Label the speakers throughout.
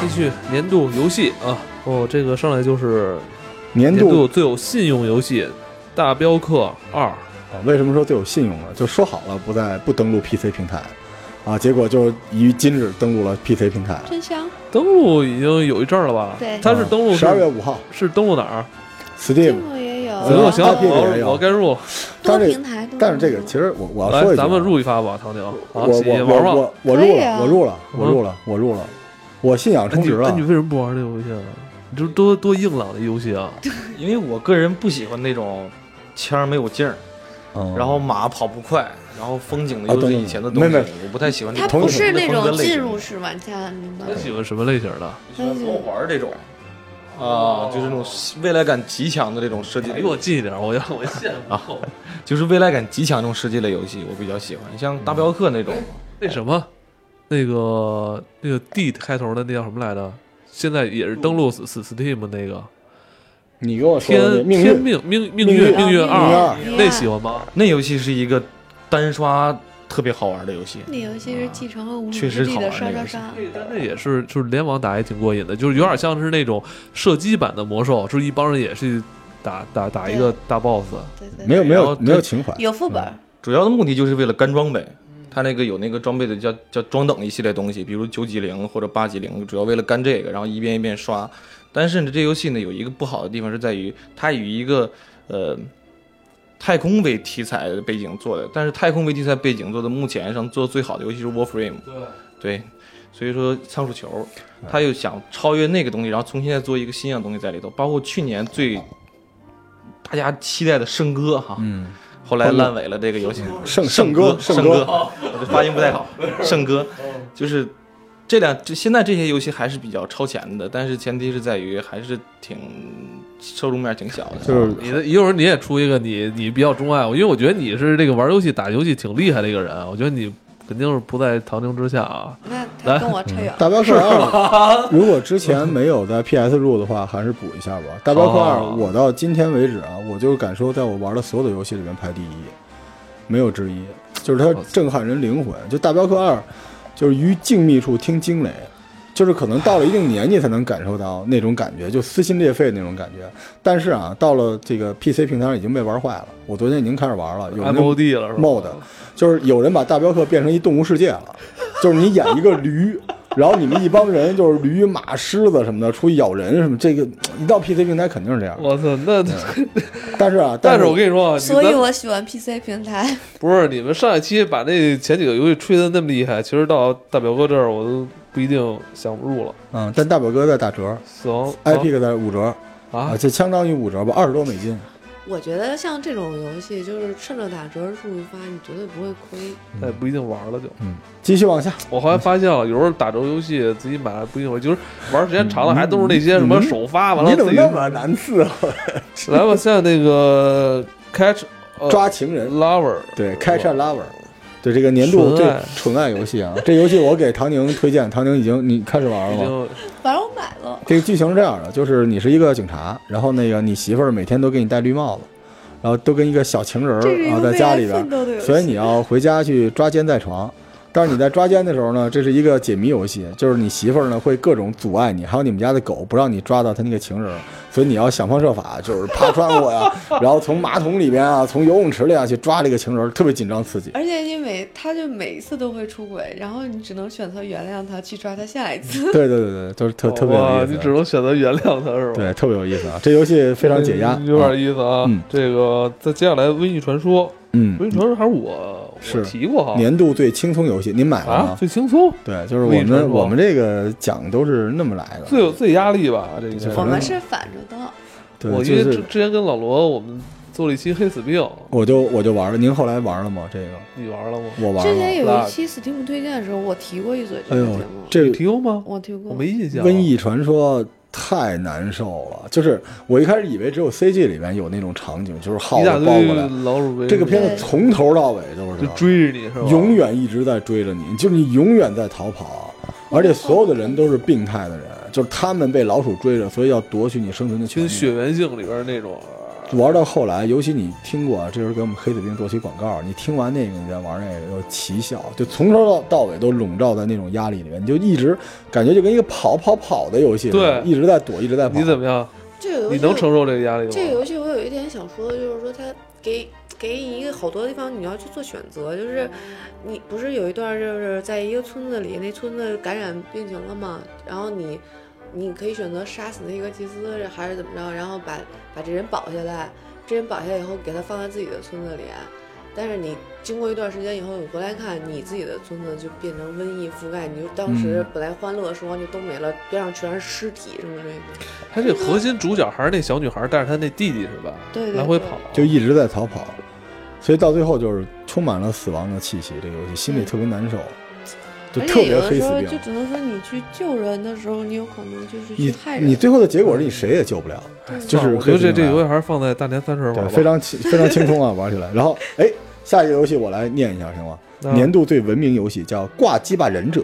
Speaker 1: 继续年度游戏啊，哦，这个上来就是
Speaker 2: 年
Speaker 1: 年度
Speaker 2: 度
Speaker 1: 最有信用游戏《大镖客二》，
Speaker 2: 啊，为什么说最有信用呢？就说好了不在不登录 PC 平台，啊，结果就于今日登录了 PC 平台。
Speaker 3: 真香，
Speaker 1: 登录已经有一阵儿了吧？
Speaker 3: 对
Speaker 1: 它是登录
Speaker 2: 啊十二月五号
Speaker 1: 是登录哪儿？
Speaker 2: Steam，
Speaker 3: Steam 也有，
Speaker 1: 行
Speaker 4: 嗯
Speaker 1: 了行了，
Speaker 2: 啊这个也有
Speaker 1: 我我该入了，
Speaker 3: 多
Speaker 2: 但是
Speaker 3: 平台都有。
Speaker 2: 但是这个其实我我要说
Speaker 1: 来
Speaker 2: 一句啊，
Speaker 1: 咱们入一啊发吧，唐宁，
Speaker 2: 我
Speaker 1: 好，
Speaker 2: 我
Speaker 1: 起
Speaker 2: 我
Speaker 1: 玩玩。
Speaker 2: 我我
Speaker 3: 可
Speaker 2: 入
Speaker 3: 以
Speaker 2: 了，
Speaker 3: 啊
Speaker 2: 我入了，我
Speaker 1: 嗯
Speaker 2: 入了，我入了，我信仰充值
Speaker 1: 哎
Speaker 2: 了
Speaker 1: 你。为什么不玩这游戏啊？你这多多硬朗的游戏啊！
Speaker 4: 因为我个人不喜欢那种枪没有劲儿，
Speaker 2: 嗯
Speaker 4: 然后马跑不快，然后风景
Speaker 2: 啊
Speaker 4: 又
Speaker 2: 等
Speaker 4: 是
Speaker 2: 等
Speaker 4: 以前的东西，
Speaker 2: 没没
Speaker 4: 我不太喜欢这
Speaker 3: 它
Speaker 2: 同
Speaker 4: 种
Speaker 3: 不
Speaker 2: 等
Speaker 3: 是
Speaker 4: 风格
Speaker 3: 那种
Speaker 4: 类型
Speaker 3: 进入式玩家，明白
Speaker 1: 你
Speaker 3: 吗
Speaker 1: 喜欢什么类型的？
Speaker 4: 喜欢跟我玩儿这种。啊，就是那种未来感极强的这种射击类
Speaker 1: 离，我近一点，我要我线不够。
Speaker 4: 就是未来感极强这种射击类游戏，我比较喜欢，像大镖客那种，
Speaker 1: 那什么，那个那个 D 开头的那叫什么来着？现在也是登录 S S Steam 那个
Speaker 2: 你跟我说的那
Speaker 1: 天
Speaker 2: 命
Speaker 1: 天
Speaker 2: 运，
Speaker 1: 命命命
Speaker 2: 命
Speaker 1: 运命
Speaker 2: 运
Speaker 1: 运
Speaker 3: 命运
Speaker 1: 二
Speaker 2: 二，
Speaker 1: 那喜欢吗？
Speaker 4: 那游戏是一个单刷特别好玩的游戏。
Speaker 3: 那游戏是继承了无主
Speaker 4: 确实
Speaker 3: 之地
Speaker 4: 好
Speaker 3: 的
Speaker 4: 玩
Speaker 3: 刷
Speaker 4: 那
Speaker 3: 刷
Speaker 4: 游戏
Speaker 3: 刷，
Speaker 1: 但那也是，就是联网打也挺过瘾的，就是有点像是那种射击版的魔兽，就是一帮人也是打打打一个大 boss。
Speaker 3: 对对，
Speaker 2: 没有没
Speaker 4: 然后
Speaker 2: 有
Speaker 4: 对
Speaker 2: 没有情怀，
Speaker 3: 有副本儿，
Speaker 4: 主要的目的就是为了干装备。它那个有那个装备的叫叫装等一系列东西，比如九几零或者八几零，主要为了干这个，然后一遍一遍刷。但是呢，这游戏呢有一个不好的地方是在于它以一个呃太空为题材的背景做的，但是太空为题材背景做的目前上做最好的游戏是 Warframe，对，所以说仓鼠球，他又想超越那个东西，然后重新再做一个新样东西在里头，包括去年最大家期待的圣歌哈，嗯，后来烂尾了这个游戏，
Speaker 2: 圣
Speaker 4: 圣
Speaker 2: 歌
Speaker 4: 圣
Speaker 2: 圣
Speaker 4: 歌，我这发音不太好， 圣歌就是这两这现在这些游戏还是比较超前的，但是前提是在于还是挺受众面挺小的，
Speaker 2: 就是
Speaker 1: 你的一会儿你也出一个你你比较钟爱，我，因为我觉得你是这个玩游戏打游戏挺厉害的一个人，啊我觉得你肯定是不在唐宁之下啊。
Speaker 3: 那
Speaker 1: 来
Speaker 3: 他跟我扯远了。
Speaker 2: 大镖客二，如果之前没有在 PS 入的话，还是补一下吧。大镖客二，
Speaker 1: 哦
Speaker 2: 我到今天为止啊，我就敢说，在我玩的所有的游戏里面排第一，没有之一。就是它震撼人灵魂。就大镖客二，就是于静谧处听惊雷，就是可能到了一定年纪才能感受到那种感觉，就撕心裂肺那种感觉。但是啊，到了这个 PC 平台上已经被玩坏了。我昨天已经开始玩了，有那
Speaker 1: MOD 了是吧
Speaker 2: mod，就是有人把大镖客变成一动物世界了，就是你演一个驴，然后你们一帮人就是驴、马、狮子什么的出去咬人什么，这个一到 PC 平台肯定是这样。
Speaker 1: 我操，那
Speaker 2: 嗯但是 啊，
Speaker 1: 但
Speaker 2: 是
Speaker 1: 是我跟你
Speaker 4: 嗯
Speaker 1: 说啊，
Speaker 3: 所
Speaker 1: 你
Speaker 3: 以
Speaker 1: 们
Speaker 3: 我喜欢 PC 平台，
Speaker 1: 不是你们上一期把那前几个游戏吹的那么厉害，其实到大表哥这儿我都不一定想入了。
Speaker 2: 嗯，但大表哥在打折
Speaker 1: 死亡
Speaker 2: ，Epic 在五折
Speaker 1: 啊
Speaker 2: 啊，，这相当于五折吧，二十多美金。
Speaker 3: 我觉得像这种游戏，就是趁着打折入一发，你绝对不会亏。
Speaker 1: 那
Speaker 2: 嗯
Speaker 1: 也不一定玩了就。
Speaker 2: 继续往下，
Speaker 1: 我后来发现了，有时候打折游戏自己买了不一定玩，就是玩时间长了还都是那些什么首发完了
Speaker 2: 你怎
Speaker 1: 自
Speaker 2: 么啊
Speaker 1: 己
Speaker 2: 那么难伺候？
Speaker 1: 哦来 吧，现在那个 Catch 呃
Speaker 2: 抓情人，
Speaker 1: Lover
Speaker 2: 对，Catch a Lover。对这个年度最
Speaker 1: 纯爱
Speaker 2: 纯爱游戏啊，这游戏我给唐宁推荐，唐宁已经你开始玩了
Speaker 1: 已
Speaker 2: 吗？
Speaker 1: 经
Speaker 3: 反正我买了，
Speaker 2: 这个剧情是这样的，就是你是一个警察，然后那个你媳妇儿每天都给你戴绿帽子，然后都跟一个小情人
Speaker 3: 这是
Speaker 2: 儿
Speaker 3: 一
Speaker 2: 然后
Speaker 3: 个
Speaker 2: 啊在
Speaker 3: 为
Speaker 2: 家
Speaker 3: 爱
Speaker 2: 里边
Speaker 3: 奋
Speaker 2: 儿，
Speaker 3: 斗的游戏。
Speaker 2: 所以你要回家去抓奸在床。但是你在抓奸的时候呢，这是一个解谜游戏，就是你媳妇儿呢会各种阻碍你，还有你们家的狗不让你抓到她那个情人儿，所以你要想方设法，就是爬窗户呀，然后从马桶里边啊，从游泳池里啊去抓这个情人儿，特别紧张刺激。
Speaker 3: 而且你每他就每一次都会出轨，然后你只能选择原谅他，去抓他下一次。
Speaker 2: 对对对对，都是特特别
Speaker 1: 哇
Speaker 2: 有
Speaker 1: 哦你只
Speaker 2: 意思，啊
Speaker 1: 能选择原谅他是吧？
Speaker 2: 对，特别有意思啊！这游戏非常解压
Speaker 1: 嗯，有点意思啊。
Speaker 2: 嗯
Speaker 1: 这个再接下来《瘟疫传说》，
Speaker 2: 嗯
Speaker 1: 《瘟疫传说》还是我我
Speaker 2: 是
Speaker 1: 提过哈
Speaker 2: 年度最轻松游戏，您买了
Speaker 1: 哦啊，
Speaker 2: 吗？
Speaker 1: 最轻松，
Speaker 2: 对，就是
Speaker 1: 未
Speaker 2: 我
Speaker 1: 知是
Speaker 2: 们
Speaker 1: 吧
Speaker 2: 我们这个奖都是那么来
Speaker 1: 最有
Speaker 2: 的。
Speaker 1: 最压力吧，这应该是
Speaker 2: 对
Speaker 3: 我
Speaker 2: 反
Speaker 3: 们
Speaker 2: 正
Speaker 3: 是反着的，
Speaker 2: 对，
Speaker 1: 我因为
Speaker 2: 就
Speaker 1: 之
Speaker 2: 是
Speaker 1: 之前跟老罗我们做了一期黑死病，
Speaker 2: 我就我就玩了，您后来玩了吗？这个
Speaker 1: 你玩了吗？
Speaker 2: 我玩
Speaker 3: 之前
Speaker 2: 了。
Speaker 3: 有一期 Steam 推荐的时候，我提过一嘴这
Speaker 2: 哎
Speaker 3: 个
Speaker 2: 呦
Speaker 3: 节目，，
Speaker 2: 这
Speaker 1: 你提过吗？
Speaker 3: 我提过。
Speaker 1: 我没印象。啊
Speaker 2: 瘟疫传说太难受了，就是我一开始以为只有 CG 里面有那种场景，就是耗
Speaker 1: 一
Speaker 2: 子
Speaker 1: 大
Speaker 2: 抱过来。
Speaker 1: 堆老鼠龟，
Speaker 2: 这个片子
Speaker 3: 对
Speaker 2: 从头到尾都是
Speaker 1: 就
Speaker 2: 这样
Speaker 1: 追着你是吧？
Speaker 2: 永远一直在追着你，就是你永远在逃跑，而且所有的人都是病态的人，就是他们被老鼠追着，所以要夺取你生存的权
Speaker 1: 跟
Speaker 2: 利。
Speaker 1: 《血缘性》里边那种，啊
Speaker 2: 玩到后来，尤其你听过啊，这时候给我们黑死病做起广告，你听完那个，你再玩那个，有奇效，就从头到到尾都笼罩在那种压力里面，你就一直感觉就跟一个跑跑跑的游戏，
Speaker 1: 对
Speaker 2: 一直在躲，一直在跑。
Speaker 1: 你怎么样？
Speaker 5: 这个游戏
Speaker 1: 你能承受这个压力吗？
Speaker 5: 这个游戏我有一点想说的，就是说它给给你一个好多地方你要去做选择，就是你不是有一段就是在一个村子里，那村子感染病情了嘛，然后你你可以选择杀死那个祭司还是怎么着，然后把把这人保下来，这人保下来以后给他放在自己的村子里。但是你经过一段时间以后，你回来看你自己的村子就变成瘟疫覆盖，你就当时
Speaker 2: 嗯
Speaker 5: 本来欢乐的时光就都没了，边上全是尸体什么之类的。
Speaker 1: 他这核心主角还是那小女孩，但是她那弟弟是吧？
Speaker 5: 对对对
Speaker 1: 来回跑，
Speaker 2: 就一直在逃跑，所以到最后就是充满了死亡的气息。这个游戏心里特别难受，就
Speaker 3: 而
Speaker 2: 特
Speaker 3: 且
Speaker 2: 别
Speaker 3: 有的
Speaker 2: 黑
Speaker 3: 时
Speaker 2: 死
Speaker 3: 候就
Speaker 2: 病。
Speaker 3: 只能说你去救人的时候，你有可能就是去
Speaker 2: 你
Speaker 3: 害人。嗯
Speaker 2: 你最后的结果是你谁也救不了，
Speaker 3: 对
Speaker 2: 就
Speaker 1: 算
Speaker 2: 是
Speaker 1: 了我觉得这这游
Speaker 2: 游
Speaker 1: 戏
Speaker 2: 戏
Speaker 1: 还是放在大年三十玩
Speaker 2: 对
Speaker 1: 吧。
Speaker 2: 非常轻非常轻松啊，玩起来。然后哎，下一个游戏我来念一下行吗？
Speaker 1: 嗯
Speaker 2: 年度最文明游戏叫《挂鸡 巴忍者》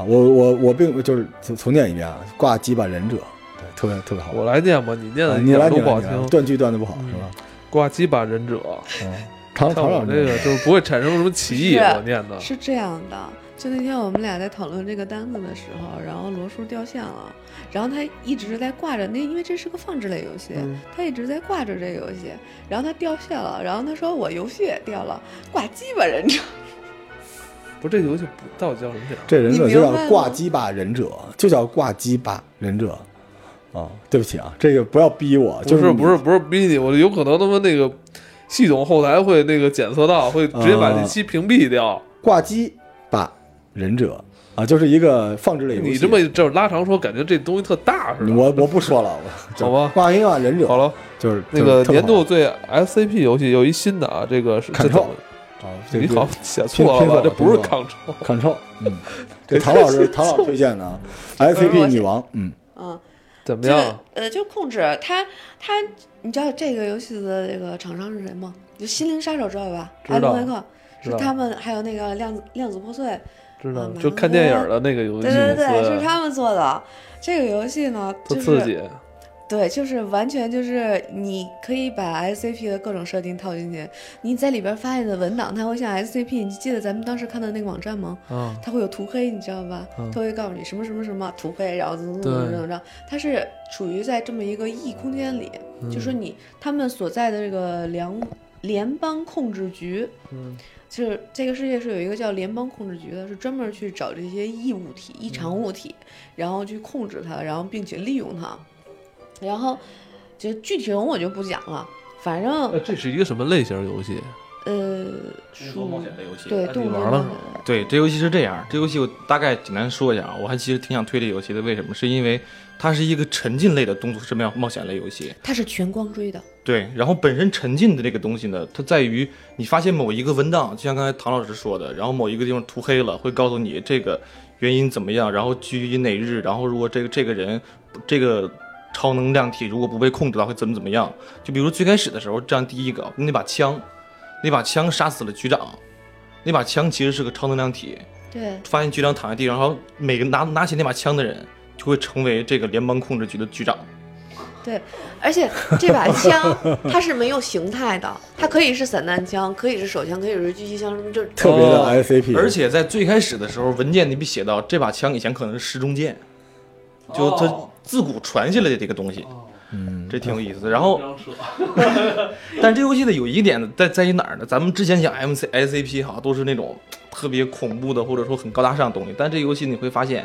Speaker 2: 啊，我我我并就是重重念一遍啊，《挂鸡巴忍者》对，特别特别好玩。
Speaker 1: 我来念吧，你念
Speaker 2: 啊
Speaker 1: 的一
Speaker 2: 你
Speaker 1: 点
Speaker 2: 来
Speaker 1: 都
Speaker 2: 你
Speaker 1: 不
Speaker 2: 来
Speaker 1: 好
Speaker 2: 你来，
Speaker 1: 听。
Speaker 2: 断句断的不好是吧？
Speaker 1: 挂机吧忍者，
Speaker 2: 嗯，唐
Speaker 1: 像
Speaker 2: 唐
Speaker 1: 我
Speaker 2: 老师
Speaker 1: 这个就是不会产生什么歧义。
Speaker 3: 是
Speaker 1: 我念的
Speaker 3: 是这样的，就那天我们俩在讨论这个单子的时候，然后罗叔掉线了，然后他一直在挂着那，因为这是个放置类游戏，
Speaker 2: 嗯
Speaker 3: 他一直在挂着这个游戏，然后他掉线了，然后他说我游戏也掉了，挂鸡巴人这
Speaker 1: 不是这游戏不到底叫什么名儿？
Speaker 2: 这人呢
Speaker 3: 你
Speaker 2: 就
Speaker 3: 明
Speaker 2: 叫
Speaker 3: 白吗
Speaker 2: 挂机吧忍者，就叫挂机吧忍者。啊，对不起啊，这个不要逼我，就
Speaker 1: 不是
Speaker 2: 是
Speaker 1: 不是不是逼你，我有可能他妈那个系统后台会那个检测到，会直接把这期屏蔽掉。
Speaker 2: 挂机吧忍者啊，就是一个放置类啊游戏。
Speaker 1: 你这么这拉长说，感觉这东西特大似的。
Speaker 2: 我我不说了，我就
Speaker 1: 好吧
Speaker 2: 挂机吧忍者
Speaker 1: 好了，
Speaker 2: 就是
Speaker 1: 那个
Speaker 2: 就是特别
Speaker 1: 年
Speaker 2: 好
Speaker 1: 度最 SCP 游戏有一新的啊，这个是这
Speaker 2: Control
Speaker 1: 怎么？
Speaker 2: 啊，这
Speaker 1: 你
Speaker 2: 个
Speaker 1: 好像写错了吧？这
Speaker 2: 拼拼
Speaker 1: 不
Speaker 2: 错了
Speaker 1: 是
Speaker 2: 拼
Speaker 1: Control，
Speaker 2: 错 Control，嗯， 这唐老师唐老师推荐的啊 SCP 女王，嗯，
Speaker 3: 嗯，
Speaker 1: 怎么
Speaker 3: 这
Speaker 1: 样
Speaker 3: 个？呃，就控制他他，你知道这个游戏的这个厂商是谁吗？就心灵杀手知道吧？
Speaker 1: 知
Speaker 3: 艾
Speaker 1: 道
Speaker 3: 伦维克
Speaker 1: 知
Speaker 3: 是
Speaker 1: 道
Speaker 3: 他们，还有那个量子量子破碎，
Speaker 1: 知道
Speaker 3: 嗯，
Speaker 1: 就看电影的那个游戏
Speaker 3: 对对对，是
Speaker 1: 公司，
Speaker 3: 他们做的。这个游戏呢，
Speaker 1: 特
Speaker 3: 就
Speaker 1: 刺
Speaker 3: 是
Speaker 1: 激。
Speaker 3: 对，就是完全就是你可以把 SCP 的各种设定套进去，你在里边发现的文档，它会像 SCP，你记得咱们当时看的那个网站吗？
Speaker 1: 啊，
Speaker 3: 它会有涂黑，你知道吧？
Speaker 1: 嗯
Speaker 3: 它会告诉你什么什么什么涂黑，然后怎么怎么怎么怎么着，它是处于在这么一个异空间里，
Speaker 1: 嗯
Speaker 3: 就说你他们所在的这个联联邦控制局，
Speaker 1: 嗯，
Speaker 3: 就是这个世界是有一个叫联邦控制局的，是专门去找这些异物体、异常物体，
Speaker 1: 嗯
Speaker 3: 然后去控制它，然后并且利用它，然后就具体人我就不讲了，反正
Speaker 1: 呃这是一个什么类型游戏？
Speaker 3: 呃，
Speaker 4: 多
Speaker 3: 属
Speaker 4: 冒险类游戏
Speaker 3: 对
Speaker 1: 你
Speaker 3: 动作
Speaker 1: 玩了是
Speaker 3: 冒
Speaker 1: 吗
Speaker 3: 险类
Speaker 4: 对，这游戏是这样，这游戏我大概简单说一下啊，我还其实挺想推这游戏的，为什么？是因为它是一个沉浸类的动作式冒冒险类游戏。
Speaker 3: 它是全光追的，
Speaker 4: 对，然后本身沉浸的这个东西呢，它在于你发现某一个文档，就像刚才唐老师说的，然后某一个地方涂黑了，会告诉你这个原因怎么样，然后基于哪日，然后如果这个这个人这个超能量体如果不被控制到会怎么怎么样。就比如最开始的时候，这样第一个那把枪，那把枪杀死了局长，那把枪其实是个超能量体，
Speaker 3: 对
Speaker 4: 发现局长躺在地上，然后每个拿拿起那把枪的人就会成为这个联邦控制局的局长。
Speaker 3: 对，而且这把枪它是没有形态的，它可以是散弹枪，可以是手枪，可以是狙击枪，什么就是
Speaker 2: 特别
Speaker 1: 哦
Speaker 2: 的 SCP，
Speaker 4: 而且在最开始的时候，文件里边写到这把枪以前可能是石中剑，就它自古传下来的这个东西，
Speaker 2: 嗯，
Speaker 4: 这挺有意思的。然后，但这游戏的有一点在在于哪儿呢？咱们之前讲 MC SCP 哈，都是那种特别恐怖的或者说很高大上的东西，但这游戏你会发现，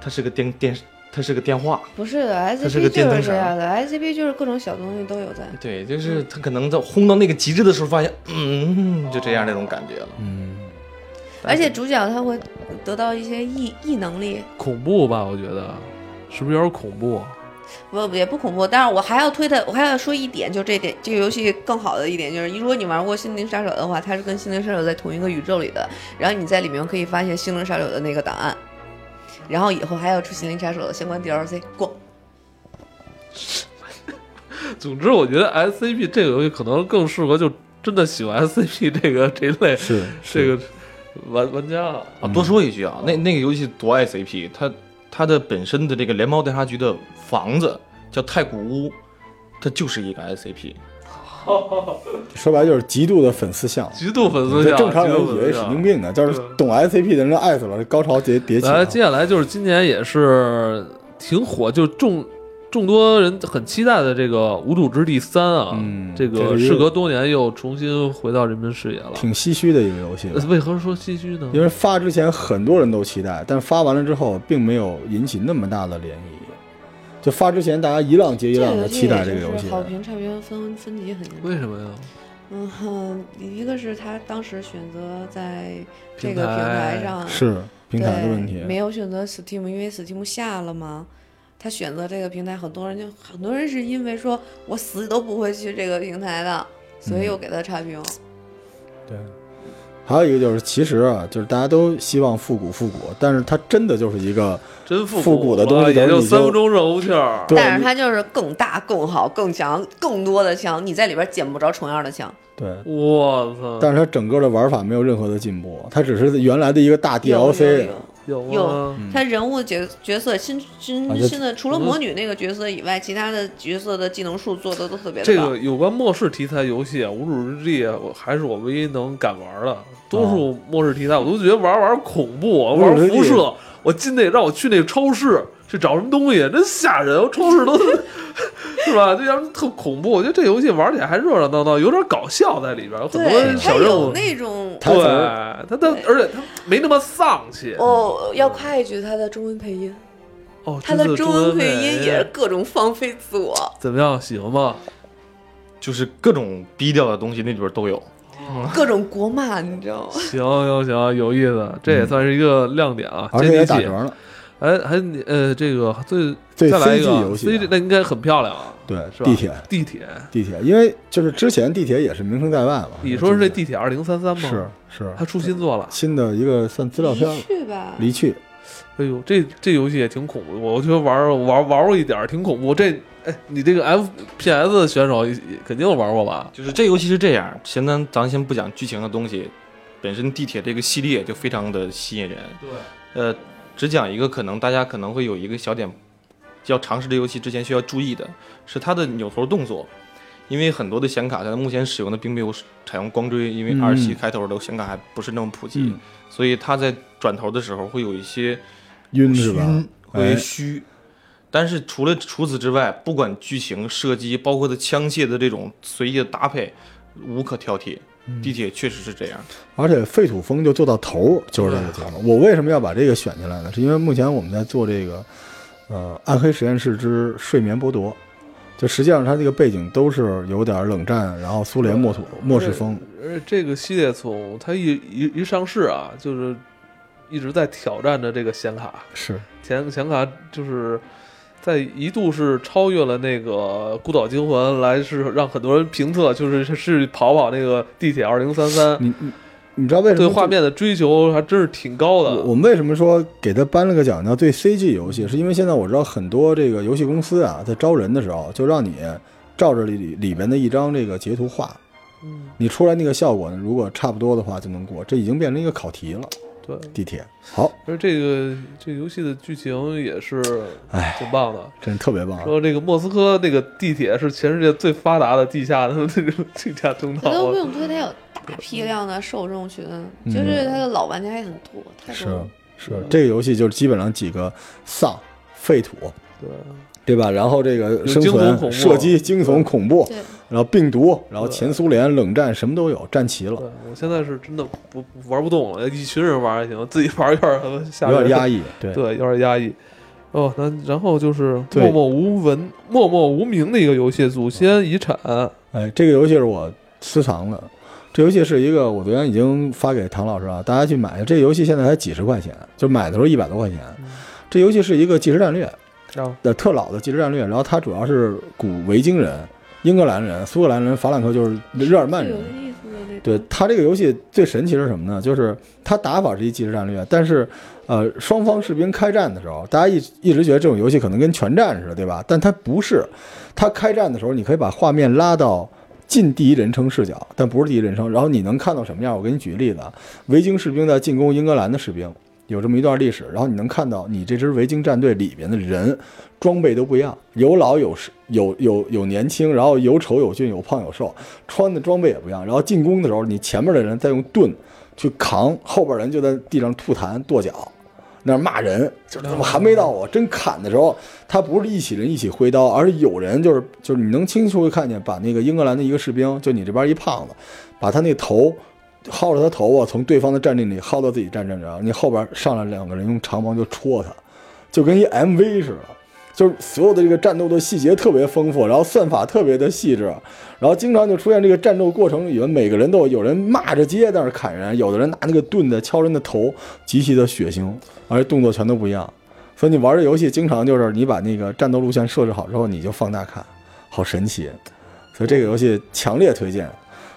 Speaker 4: 它是个电电，它是个电话。
Speaker 3: 不是的
Speaker 4: 它是
Speaker 3: ，SCP
Speaker 4: 个电
Speaker 3: 就
Speaker 4: 灯
Speaker 3: 是
Speaker 4: 绳
Speaker 3: 这样的，SCP 就是各种小东西都有在。
Speaker 4: 对，就是嗯它可能在轰到那个极致的时候，发现，嗯，就这样那种感觉了。
Speaker 2: 嗯，
Speaker 3: 而且主角他会得到一些异异能力，
Speaker 1: 恐怖吧？我觉得是不是有点恐怖？
Speaker 3: 不也不恐怖。但是我还要推他，我还要说一点，就这点，这个游戏更好的一点就是，如果你玩过《心灵杀手》的话，它是跟《心灵杀手》在同一个宇宙里的，然后你在里面可以发现《心灵杀手》的那个档案，然后以后还要出《心灵杀手》的相关 DLC，逛。
Speaker 1: 总之，我觉得 SCP 这个游戏可能更适合就真的喜欢 SCP 这个这一类
Speaker 2: 是
Speaker 1: 这个玩玩家啊。
Speaker 4: 啊，多说一句啊，那那个游戏多 SCP，它它的本身的这个联邦调查局的房子叫太古屋，它就是一个 SCP。
Speaker 2: 说白了就是极度的粉丝向。
Speaker 1: 极度粉丝
Speaker 2: 这
Speaker 1: 向，啊
Speaker 2: 正常
Speaker 1: 极
Speaker 2: 人
Speaker 1: 度
Speaker 2: 以
Speaker 1: 粉
Speaker 2: 为
Speaker 1: 丝
Speaker 2: 神
Speaker 1: 向
Speaker 2: 经病呢，就是懂 SCP 的人都爱死了，这高潮迭迭起啊
Speaker 1: 来，
Speaker 2: 了。
Speaker 1: 接下来就是今年也是挺火，就众众多人很期待的这个《无主之地三》啊，
Speaker 2: 嗯
Speaker 1: 这
Speaker 2: 这
Speaker 1: 个
Speaker 2: 个又
Speaker 1: 事隔多年又重新回到人们视野了。
Speaker 2: 挺唏嘘的一个游戏，
Speaker 1: 呃为何说唏嘘呢？
Speaker 2: 因为发之前很多人都期待，但发完了之后并没有引起那么大的涟漪。就发之前，大家一浪接一
Speaker 5: 这
Speaker 2: 浪的
Speaker 5: 游
Speaker 2: 期
Speaker 5: 戏
Speaker 2: 待
Speaker 5: 也
Speaker 2: 这个
Speaker 5: 就
Speaker 2: 游
Speaker 5: 是
Speaker 2: 戏，
Speaker 5: 好评差评分分级很严重。
Speaker 1: 为什么呀？
Speaker 5: 嗯哼，一个是他当时选择在这
Speaker 1: 平
Speaker 5: 个
Speaker 1: 台
Speaker 5: 平台上
Speaker 2: 是平台的
Speaker 5: 对
Speaker 2: 问题。
Speaker 5: 没有选择 Steam，因为 Steam 下了嘛。他选择这个平台，很多人就很多人是因为说我死都不会去这个平台的，所以又给他差评。
Speaker 2: 对，还有一个就是，其实啊，就是大家都希望复古复古，但是它真的就是一个
Speaker 1: 真复
Speaker 2: 复古的东西
Speaker 1: 啊也
Speaker 2: 等于
Speaker 1: 就
Speaker 2: 你
Speaker 1: 三
Speaker 2: 就
Speaker 1: 分钟热乎气儿。
Speaker 2: 对
Speaker 3: 但是它就是更大、更好、更强、更多的枪，你在里边捡不着重样的枪。
Speaker 2: 对，
Speaker 1: 我操，
Speaker 2: 但是它整个的玩法没有任何的进步，它只是原来的一个大
Speaker 5: 有
Speaker 2: DLC
Speaker 5: 有。有
Speaker 1: 有
Speaker 3: 有
Speaker 1: 啊，
Speaker 3: 他人物角角色新
Speaker 2: 啊
Speaker 3: 新
Speaker 2: 这
Speaker 3: 新的，除了魔女那个角色以外，其他的角色的技能树做的都特别的
Speaker 1: 这
Speaker 3: 棒。
Speaker 1: 个有关末世题材游戏啊，《无主之地》我还是我唯一能敢玩的。多数末世题材我都觉得玩玩恐怖，
Speaker 2: 哦无
Speaker 1: 玩
Speaker 2: 主之地
Speaker 1: 辐射。我进那让我去那超市去找什么东西，真吓人！我超市都 是吧？这让人特恐怖。我觉得这游戏玩起来还热热闹闹，有点搞笑在里边，有很
Speaker 3: 对
Speaker 1: 多，
Speaker 3: 他
Speaker 1: 小任
Speaker 3: 有
Speaker 1: 务。
Speaker 3: 那种
Speaker 2: 台
Speaker 1: 对
Speaker 2: 词，
Speaker 1: 它它而且它没那么丧气。
Speaker 5: 哦，要夸一句他的中文配音，
Speaker 1: 哦，
Speaker 3: 他的
Speaker 1: 这次
Speaker 3: 中
Speaker 1: 文
Speaker 3: 文配音也是
Speaker 1: 配
Speaker 3: 各种放飞自我，
Speaker 1: 怎么样？喜欢吗？
Speaker 4: 就是各种低调的东西那里边都有。
Speaker 3: 各种国骂，你知道吗？
Speaker 1: 行行行，有意思，这也算是一个亮点啊。
Speaker 2: 嗯而
Speaker 1: 接
Speaker 2: 且也
Speaker 1: 地
Speaker 2: 打
Speaker 1: 气
Speaker 2: 折。了。
Speaker 1: 哎，还你呃，这个最
Speaker 2: 对
Speaker 1: 再来一个
Speaker 2: CG 游戏啊
Speaker 1: CG 那应该很漂亮啊，
Speaker 2: 对
Speaker 1: 是，吧？
Speaker 2: 地铁，
Speaker 1: 地铁，
Speaker 2: 地铁，因为就是之前地铁也是名声在外嘛。
Speaker 1: 你说是这
Speaker 2: 之
Speaker 1: 地铁二零三三吗？
Speaker 2: 前是，是
Speaker 1: 它出新作了。
Speaker 2: 新的一个算资料片
Speaker 5: 离
Speaker 2: 了，
Speaker 5: 去吧，
Speaker 2: 离去
Speaker 1: 哎呦，这这游戏也挺恐怖，我觉得玩儿玩儿玩过一点儿，挺恐怖。这哎，你这个 FPS 选手也肯定玩过吧？
Speaker 4: 就是这游戏是这样，先咱咱先不讲剧情的东西，本身地铁这个系列就非常的吸引人。
Speaker 1: 对，
Speaker 4: 呃，只讲一个可能大家可能会有一个小点，要尝试这游戏之前需要注意的是它的扭头动作，因为很多的显卡它目前使用的并没有采用光追，因为
Speaker 2: 嗯
Speaker 4: 二十七开头的显卡还不是那么普及，
Speaker 2: 嗯
Speaker 4: 所以它在转头的时候会有一些
Speaker 2: 晕是吧？
Speaker 4: 晕，
Speaker 2: 哎
Speaker 4: 会虚。但是除了除此之外，不管剧情射击，包括它枪械的这种随意的搭配，无可挑剔。
Speaker 1: 嗯
Speaker 4: 地铁确实是这样，
Speaker 2: 而且废土风就做到头儿就是这个节目。我为什么要把这个选进来呢？是因为目前我们在做这个，呃，《暗黑实验室之睡眠剥夺》，就实际上它这个背景都是有点冷战，然后苏联末土末世风。
Speaker 1: 而这个系列从它一一一上市啊，就是一直在挑战着这个显卡，
Speaker 2: 是，
Speaker 1: 显显卡就是在一度是超越了那个《孤岛惊魂》，来是让很多人评测，就是是是跑跑那个地铁二零三三，
Speaker 2: 你你你知嗯道为什
Speaker 1: 对
Speaker 2: 么
Speaker 1: 画
Speaker 2: 就？
Speaker 1: 面的追求还真是挺高的。
Speaker 2: 我我们为什么说给他颁了个奖叫最 CG 游戏？是因为现在我知道很多这个游戏公司啊，在招人的时候就让你照着里里边的一张这个截图画，
Speaker 1: 嗯，
Speaker 2: 你出来那个效果呢，如果差不多的话就能过。这已经变成一个考题了。
Speaker 1: 对。
Speaker 2: 地铁好，
Speaker 1: 而这个这个游戏的剧情也是
Speaker 2: 哎
Speaker 1: 挺棒的。
Speaker 2: 真是特别棒。啊
Speaker 1: 说这个莫斯科那个地铁是全世界最发达的地下的这个地下通
Speaker 5: 他都
Speaker 1: 道啊
Speaker 5: 不，用推，他有大批量的受众群，
Speaker 2: 嗯
Speaker 5: 就是他的老玩家也很多，太多
Speaker 2: 是啊
Speaker 5: 了。
Speaker 1: 嗯
Speaker 2: 是，这个游戏就是基本上几个丧、废土，
Speaker 1: 对，
Speaker 2: 对吧？然后这个生
Speaker 1: 有惊悚恐怖
Speaker 2: 存、射击、惊悚、恐怖，
Speaker 5: 对，
Speaker 2: 然后病毒，然后
Speaker 1: 对
Speaker 2: 前苏联冷战，什么都有，占齐
Speaker 1: 对
Speaker 2: 了，
Speaker 1: 我现在是真的不不玩不动了，一群人玩还行，自己玩有点吓
Speaker 2: 有
Speaker 1: 人，
Speaker 2: 点 压抑。对
Speaker 1: 对，有点压抑。哦，那然后就是
Speaker 2: 对
Speaker 1: 默默无闻、默默无名的一个游戏《祖先遗产》。
Speaker 2: 哎，这个游戏是我私藏的。这游戏是一个，我昨天已经发给唐老师啊，大家去买。这游戏现在才几十块钱，就买的时候一百多块钱。
Speaker 1: 嗯
Speaker 2: 这游戏是一个即时战略，
Speaker 1: 然后
Speaker 2: 的特老的即时战略，然后它主要是古维京人、英格兰人、苏格兰人、法兰克，就是日耳曼
Speaker 5: 有
Speaker 2: 人。
Speaker 5: 意思的那种。
Speaker 2: 对它这个游戏最神奇是什么呢？就是它打法是一即时战略，但是呃，双方士兵开战的时候，大家一一直觉得这种游戏可能跟全战似的，对吧？但它不是，它开战的时候，你可以把画面拉到。近第一人称视角，但不是第一人称。然后你能看到什么样？我给你举个例子啊，维京士兵在进攻英格兰的士兵，有这么一段历史，然后你能看到你这支维京战队里边的人装备都不一样，有老有是有有有年轻，然后有丑有俊有胖有瘦，穿的装备也不一样。然后进攻的时候，你前面的人在用盾去扛，后边人就在地上吐痰跺脚，那儿骂人，就是怎么还没到我？真砍的时候，他不是一起人一起挥刀，而是有人就是就是你能清楚地看见，把那个英格兰的一个士兵，就你这边一胖子，把他那头薅着他头啊，从对方的战阵里薅到自己战阵里，然后你后边上来两个人用长矛就戳他，就跟一 MV 似的。就是所有的这个战斗的细节特别丰富，然后算法特别的细致，然后经常就出现这个战斗过程里面，每个人都有有人骂着街在那儿砍人，有的人拿那个盾的敲人的头，极其的血腥，而且动作全都不一样。所以你玩这游戏，经常就是你把那个战斗路线设置好之后，你就放大看，好神奇。所以这个游戏强烈推荐，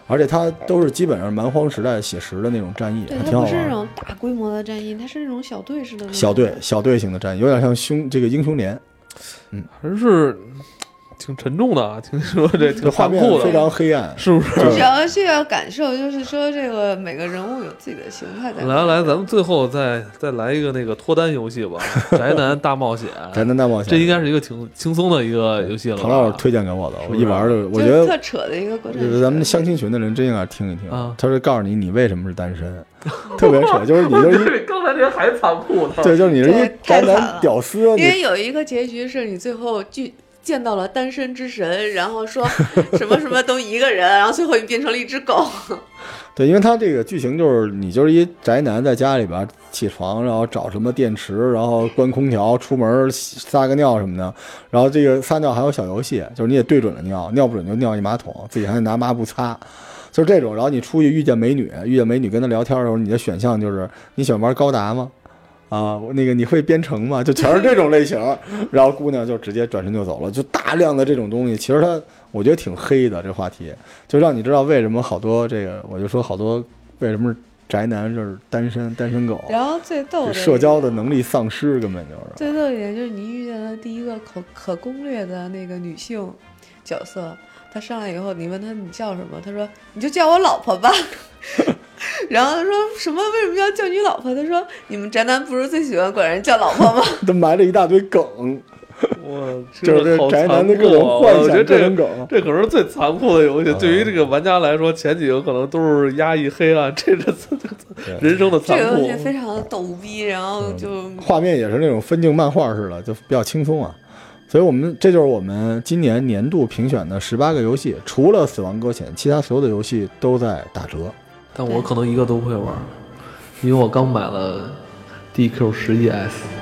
Speaker 2: 而且它都是基本上蛮荒时代写实的那种战役，
Speaker 5: 对，
Speaker 2: 还
Speaker 5: 它
Speaker 2: 挺好
Speaker 5: 不是
Speaker 2: 玩
Speaker 5: 那
Speaker 2: 的。
Speaker 5: 种大规模的战役，它是那种小队式的那种。
Speaker 2: 小队小队型的战役，有点像凶这个英雄联，
Speaker 1: 还是挺沉重的，啊，挺说 这挺
Speaker 2: 这画
Speaker 1: 残
Speaker 2: 面
Speaker 1: 酷
Speaker 2: 非
Speaker 1: 的，
Speaker 2: 常黑暗。
Speaker 1: 是 不是？
Speaker 3: 主要是要感受，就是说这个每个人物有自己的形态在。
Speaker 1: 来来，咱们最后再再来一个那个脱单游戏吧，《宅男大冒险》。
Speaker 2: 宅男大冒
Speaker 1: 哎
Speaker 2: 险，
Speaker 1: 这应该是一个挺轻松的一个游戏了吧。
Speaker 2: 唐老师推荐给我的，
Speaker 1: 是
Speaker 2: 我
Speaker 1: 不是
Speaker 2: 一玩就我觉
Speaker 3: 就是特
Speaker 2: 得。
Speaker 3: 扯的一个过程。
Speaker 2: 就是咱们相亲群的人真应该听一听
Speaker 1: 啊，
Speaker 2: 他是告诉你你为什么是单身，特别扯，就是你就 是一
Speaker 1: 对刚才那还残酷呢。
Speaker 2: 对，就是你是一
Speaker 3: 对
Speaker 2: 宅
Speaker 3: 太惨
Speaker 2: 男
Speaker 3: 了
Speaker 2: 屌丝，啊
Speaker 5: 因
Speaker 2: 你
Speaker 5: 为有一个结局是你最后聚见到了单身之神，然后说什么什么都一个人，然后最后你变成了一只狗。
Speaker 2: 对，因为他这个剧情就是你就是一宅男在家里边起床，然后找什么电池，然后关空调，出门撒个尿什么的，然后这个撒尿还有小游戏，就是你也对准了尿，尿不准就尿一马桶，自己还得拿抹布擦，就是这种。然后你出去遇见美女，遇见美女跟她聊天的时候，你的选项就是你喜欢玩高达吗？啊，我那个你会编程吗？就全是这种类型，然后姑娘就直接转身就走了，就大量的这种东西，其实它我觉得挺黑的这话题，就让你知道为什么好多这个，我就说好多为什么宅男就是单身单身狗，
Speaker 3: 然后最逗
Speaker 2: 就
Speaker 3: 的
Speaker 2: 社交的能力丧失，根本就是
Speaker 3: 最逗一点就是你遇见了第一个可可攻略的那个女性角色，她上来以后，你问她你叫什么，她说你就叫我老婆吧。 然后她说什么？为什么要叫你老婆？她说你们宅男不是最喜欢管人叫老婆吗？
Speaker 2: 都埋了一大堆梗，
Speaker 1: 我
Speaker 2: 就是
Speaker 1: 这
Speaker 2: 这
Speaker 1: 好
Speaker 2: 宅男的
Speaker 1: 残酷
Speaker 2: 各
Speaker 1: 啊
Speaker 2: 种
Speaker 1: 我
Speaker 2: 幻
Speaker 1: 觉得
Speaker 2: 想、各种
Speaker 1: 这
Speaker 2: 梗。
Speaker 1: 这可能是最残酷的游戏，对于这个玩家来说，前几个可能都是压抑、黑暗，这是这这人生的
Speaker 3: 这
Speaker 1: 残
Speaker 3: 个
Speaker 1: 酷
Speaker 3: 游。戏非常的逗逼，然后就
Speaker 2: 画面也是那种分镜漫画似的，就比较轻松啊。所以我们这就是我们今年年度评选的十八个游戏，除了《死亡搁浅》，其他所有的游戏都在打折。
Speaker 1: 但我可能一个都不会玩，因为我刚买了 DQ 十一 S。